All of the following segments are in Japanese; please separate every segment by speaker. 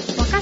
Speaker 1: 阪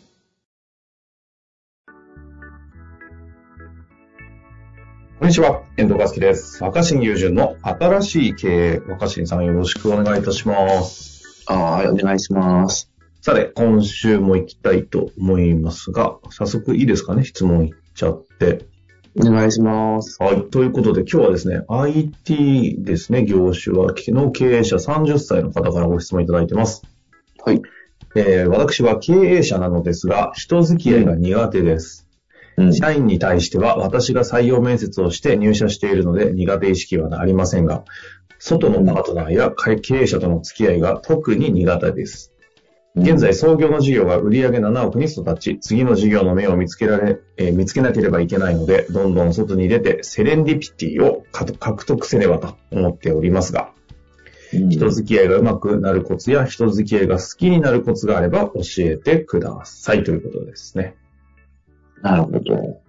Speaker 2: こんにちは、遠藤和樹です。若新友純の新しい経営、若新さんよろしくお願いいたします。
Speaker 3: はい、お願いします。
Speaker 2: さて、今週も行きたいと思いますが、早速いいですかね、質問いっちゃって。
Speaker 3: お願いします。
Speaker 2: はい、ということで今日はですね、IT ですね、業種は、の経営者30歳の方からご質問いただいてます。
Speaker 3: はい。
Speaker 2: えー私は経営者なのですが、人付き合いが苦手です。
Speaker 3: うん
Speaker 2: 社員に対しては私が採用面接をして入社しているので苦手意識はありませんが、外のパートナーや会経営者との付き合いが特に苦手です。現在創業の事業が売上7億に育ち、次の事業の目を見つけられ、えー見つけなければいけないので、どんどん外に出てセレンディピティを獲獲得せねばと思っておりますが、人付き合いがうまくなるコツや人付き合いが好きになるコツがあれば教えてくださいということですね。
Speaker 3: なるほど。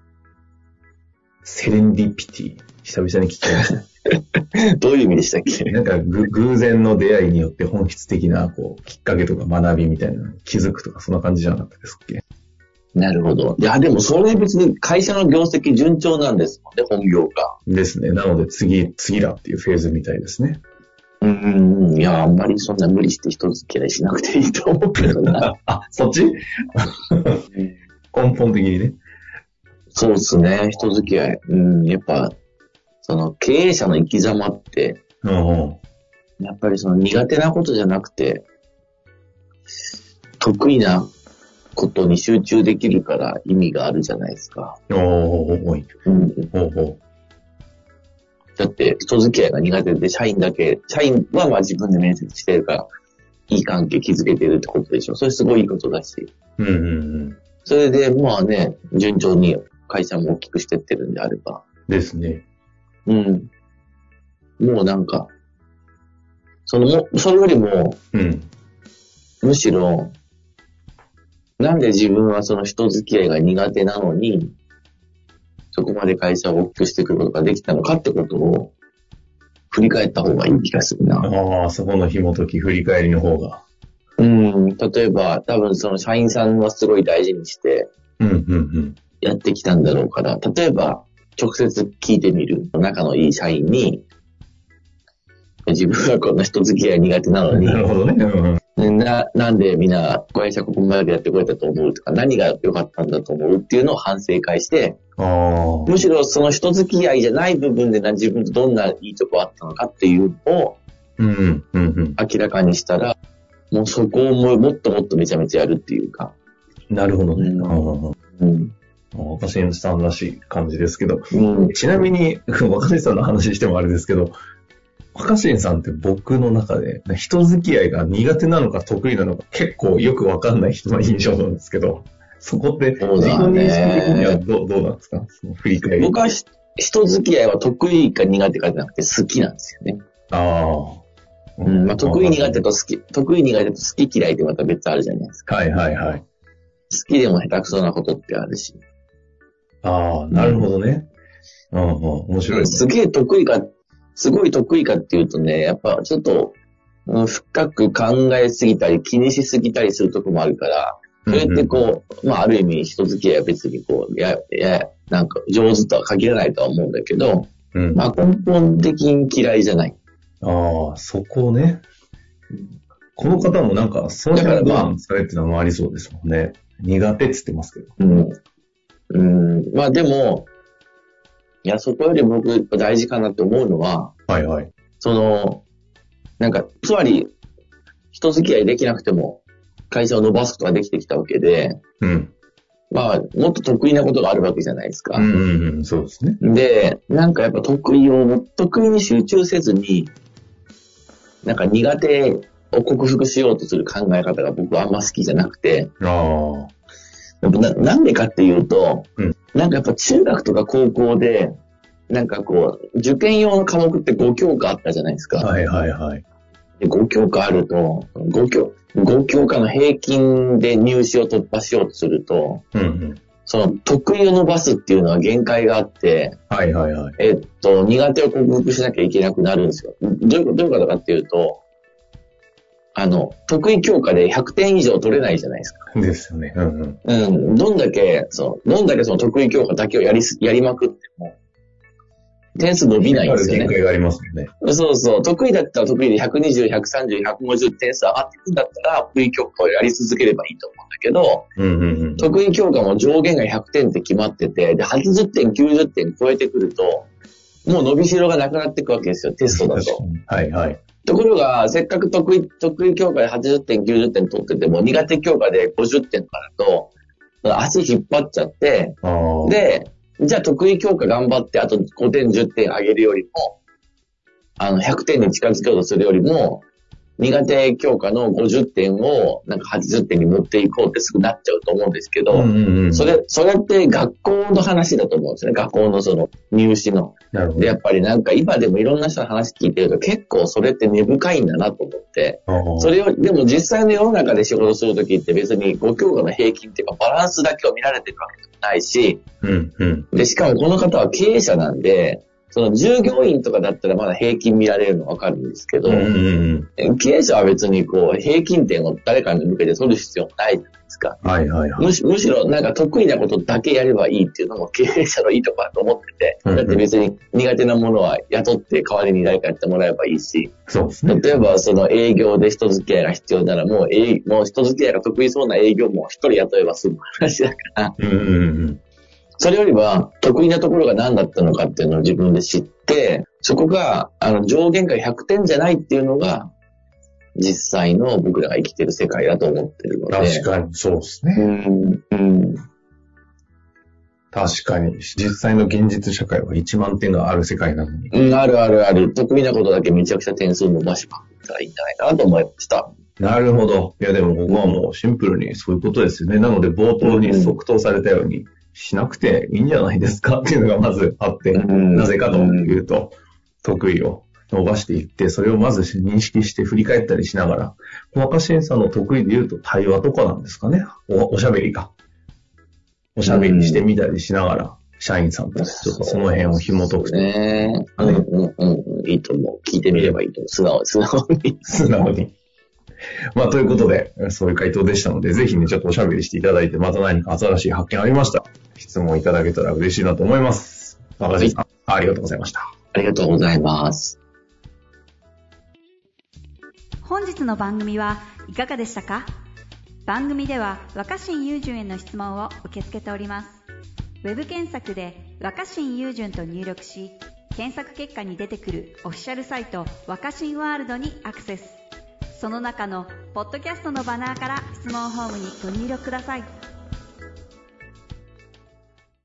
Speaker 2: セレンディピティ。久々に聞きました。
Speaker 3: どういう意味でしたっけ
Speaker 2: なんかぐ偶然の出会いによって本質的なこうきっかけとか学びみたいなのに気づくとかそんな感じじゃなかったですっけ
Speaker 3: なるほど。いや、でもそれ別に会社の業績順調なんですもんね、本業が。
Speaker 2: ですね。なので次、次だっていうフェーズみたいですね。
Speaker 3: うんうんうん。いや、あんまりそんな無理して人付き合いしなくていいと思うけど な。
Speaker 2: あ、そっ ち根本的にね。
Speaker 3: そうですね、人付き合い。うん、やっぱ、その経営者の生き様って、
Speaker 2: うん。
Speaker 3: やっぱりその苦手なことじゃなくて、得意なことに集中できるから意味があるじゃないですか。
Speaker 2: おーおい。
Speaker 3: うん、
Speaker 2: おーお
Speaker 3: だって人付き合いが苦手で社員だけ、社員はまあ自分で面接してるから、いい関係築けてるってことでしょ。それすごいいいことだし。
Speaker 2: うんうんうん。
Speaker 3: それでまあね、順調に会社も大きくしてってるんであれば。
Speaker 2: ですね。
Speaker 3: うん。もうなんか、そのも、それよりも、
Speaker 2: うん。
Speaker 3: むしろ、なんで自分はその人付き合いが苦手なのに、そこまで会社を大きくしていくことができたのかってことを、振り返った方がいい気がするな。
Speaker 2: ああ、そこの紐解き、振り返りの方が。
Speaker 3: うん、例えば、多分その社員さんはすごい大事にして
Speaker 2: うんうん
Speaker 3: やってきたんだろうから、例えば、直接聞いてみる。仲のいい社員に、自分はこんな人付き合い苦手な
Speaker 2: う
Speaker 3: の
Speaker 2: ん。
Speaker 3: に
Speaker 2: な、るほどね。うんうん。
Speaker 3: ねな、なんでみんな、会社ここまでやってこれたと思うとか、何が良かったんだと思うっていうのを反省会して、
Speaker 2: ああ。
Speaker 3: むしろその人付き合いじゃない部分でな、自分とどんないいとこあったのかっていうのを
Speaker 2: うんうんうん
Speaker 3: 明らかにしたら、もうそこをもうもっともっとめちゃめちゃやるっていうか、
Speaker 2: うん。なるほどね。
Speaker 3: うん
Speaker 2: うんうんうん。
Speaker 3: うん。
Speaker 2: 若新さんらしい感じですけど、
Speaker 3: うん。
Speaker 2: ちなみに、若新さんの話してもあれですけど、若新さんって僕の中で、人付き合いが苦手なのか得意なのか結構よくわかんない人の印象なんですけど、そこって自己
Speaker 3: そうだね
Speaker 2: 認識的にはどうどうなんですかその振り返り。
Speaker 3: 僕はひ人付き合いは得意か苦手かじゃなくて好きなんですよね。
Speaker 2: ああ。
Speaker 3: うん。まあ、得意苦手
Speaker 2: と。
Speaker 3: と好き、得意苦手と好き嫌いってまた別あるじゃないですか。
Speaker 2: はいはいはい。
Speaker 3: 好きでも下手くそなことってあるし。
Speaker 2: ああ、なるほどね。うんうん、面白いです
Speaker 3: す
Speaker 2: ね。
Speaker 3: げえ得意か、すごい得意かっていうとね、やっぱちょっと、うん深く考えすぎたり、気にしすぎたりするとこもあるから、それってこう、まあある意味人付き合いは別にこう、いや、いや、なんか上手とは限らないとは思うんだけど、
Speaker 2: うん、うん
Speaker 3: まあ根本的に嫌いじゃない。
Speaker 2: ああ、そこね。この方もなんか、ソーシャルバーンされっていうのもありそうですもんね。苦手っつってますけど。
Speaker 3: うん。うん。まあでも、いや、そこより僕やっぱ大事かなって思うのは、
Speaker 2: はいはい。
Speaker 3: その、なんか、つまり、人付き合いできなくても、会社を伸ばすことができてきたわけで、
Speaker 2: うん。
Speaker 3: まあ、もっと得意なことがあるわけじゃないですか
Speaker 2: う。んうんうん、そうですね。
Speaker 3: で、なんかやっぱ得意を、得意に集中せずに、なんか苦手を克服しようとする考え方が僕はあんま好きじゃなくて、
Speaker 2: ああ。
Speaker 3: やっぱななんでかっていうと、
Speaker 2: うん
Speaker 3: なんかやっぱ中学とか高校で、なんかこう、受験用の科目って5教科あったじゃないですか。
Speaker 2: はいはいはい。
Speaker 3: で5教科あると、5教、5教科の平均で入試を突破しようとすると、
Speaker 2: うんうん。
Speaker 3: その得意を伸ばすっていうのは限界があって、
Speaker 2: はいはいはい。
Speaker 3: えっと、苦手を克服しなきゃいけなくなるんですよ。どういうこと、どういうことかっていうと、あの、得意教科で100点以上取れないじゃないですか。
Speaker 2: ですよね。うんうん。
Speaker 3: うん、どんだけ、そう、どんだけその得意教科だけをやりす、やりまくっても、点数伸びないんですよ
Speaker 2: あ
Speaker 3: ね
Speaker 2: る限。界がありますよね。
Speaker 3: そうそう。得意だったら得意で120、130、150点数上がっていくんだったら、得意教科をやり続ければいいと思うんだけど、
Speaker 2: うんうんうん。
Speaker 3: 得意教科も上限が100点って決まってて、で、80点、90点超えてくると、もう伸びしろがなくなっていくわけですよ、テストだ
Speaker 2: 確か
Speaker 3: と。
Speaker 2: にはいはい。
Speaker 3: ところが、せっかく得意、得意教科で80点、90点取ってても、苦手教科で50点とかだと、足引っ張っちゃって、
Speaker 2: ああ。
Speaker 3: で、じゃあ得意教科頑張って、あと5点、10点上げるよりも、あの、100点に近づけようとするよりも、苦手教科の50点を、なんか80点に持っていこうってすぐなっちゃうと思うんですけど、
Speaker 2: うんうんうん。
Speaker 3: それ、それって学校の話だと思うんですよね。学校のその入試の。
Speaker 2: なるほ
Speaker 3: で、やっぱりなんか今でもいろんな人の話聞いてると結構それって根深いんだなと思って、
Speaker 2: ど。
Speaker 3: そ
Speaker 2: れ、
Speaker 3: れより、でも実際の世の中で仕事するときって別に5教科の平均っていうかバランスだけを見られてるわけじゃないし、
Speaker 2: うんうん。
Speaker 3: で、しかもこの方は経営者なんで、その従業員とかだったらまだ平均見られるのわかるんですけど、
Speaker 2: うんうんうん
Speaker 3: 経営者は別にこう、平均点を誰かに向けて取る必要ないじゃないですか。
Speaker 2: はいはいはい。
Speaker 3: むしむしろなんか得意なことだけやればいいっていうのも 経営者のいいとこだと思ってて、
Speaker 2: うんうん
Speaker 3: だって別に苦手なものは雇って代わりに誰かやってもらえばいいし、
Speaker 2: そうですね。
Speaker 3: 例えばその営業で人付き合いが必要ならもう営、もう人付き合いが得意そうな営業も一人雇えば済む話だから、
Speaker 2: うんうんうん。
Speaker 3: それよりは、得意なところが何だったのかっていうのを自分で知って、そこが、あの、上限が100点じゃないっていうのが、実際の僕らが生きてる世界だと思ってるので。
Speaker 2: 確かに、そうですね。
Speaker 3: うん、うん。
Speaker 2: 確かに、実際の現実社会は1万点がある世界なのに。
Speaker 3: うん、あるあるある。得意なことだけめちゃくちゃ点数伸ばしまくったらいいんじゃないかなと思いました。
Speaker 2: なるほど。いや、でもここはもうシンプルにそういうことですよね。なので冒頭に即答されたように、しなくていいんじゃないですかっていうのがまずあって、
Speaker 3: うん
Speaker 2: なぜかというと、得意を伸ばしていって、それをまず認識して振り返ったりしながら、若新さんの得意で言うと対話とかなんですかね。おおしゃべりか。おしゃべりしてみたりしながら、社員さんとちょっとその辺を紐解くと、
Speaker 3: ね。
Speaker 2: あ
Speaker 3: う
Speaker 2: の
Speaker 3: ん、うん、うん。いいと思う。聞いてみればいいと思う。素直、素直 に。
Speaker 2: 素直に。まあ、ということで、そういう回答でしたので、ぜひね、ちょっとおしゃべりしていただいて、また何か新しい発見ありましたら。質問いただけたら嬉しいなと思います。若新さん、ありがとうございました。
Speaker 3: ありがとうございます。
Speaker 1: 本日の番組はいかがでしたか番組では若新雄純への質問を受け付けておりますウェブ検索で「若新雄純」と入力し検索結果に出てくるオフィシャルサイト「若新ワールド」にアクセスその中の「ポッドキャスト」のバナーから質問ホームにご入力ください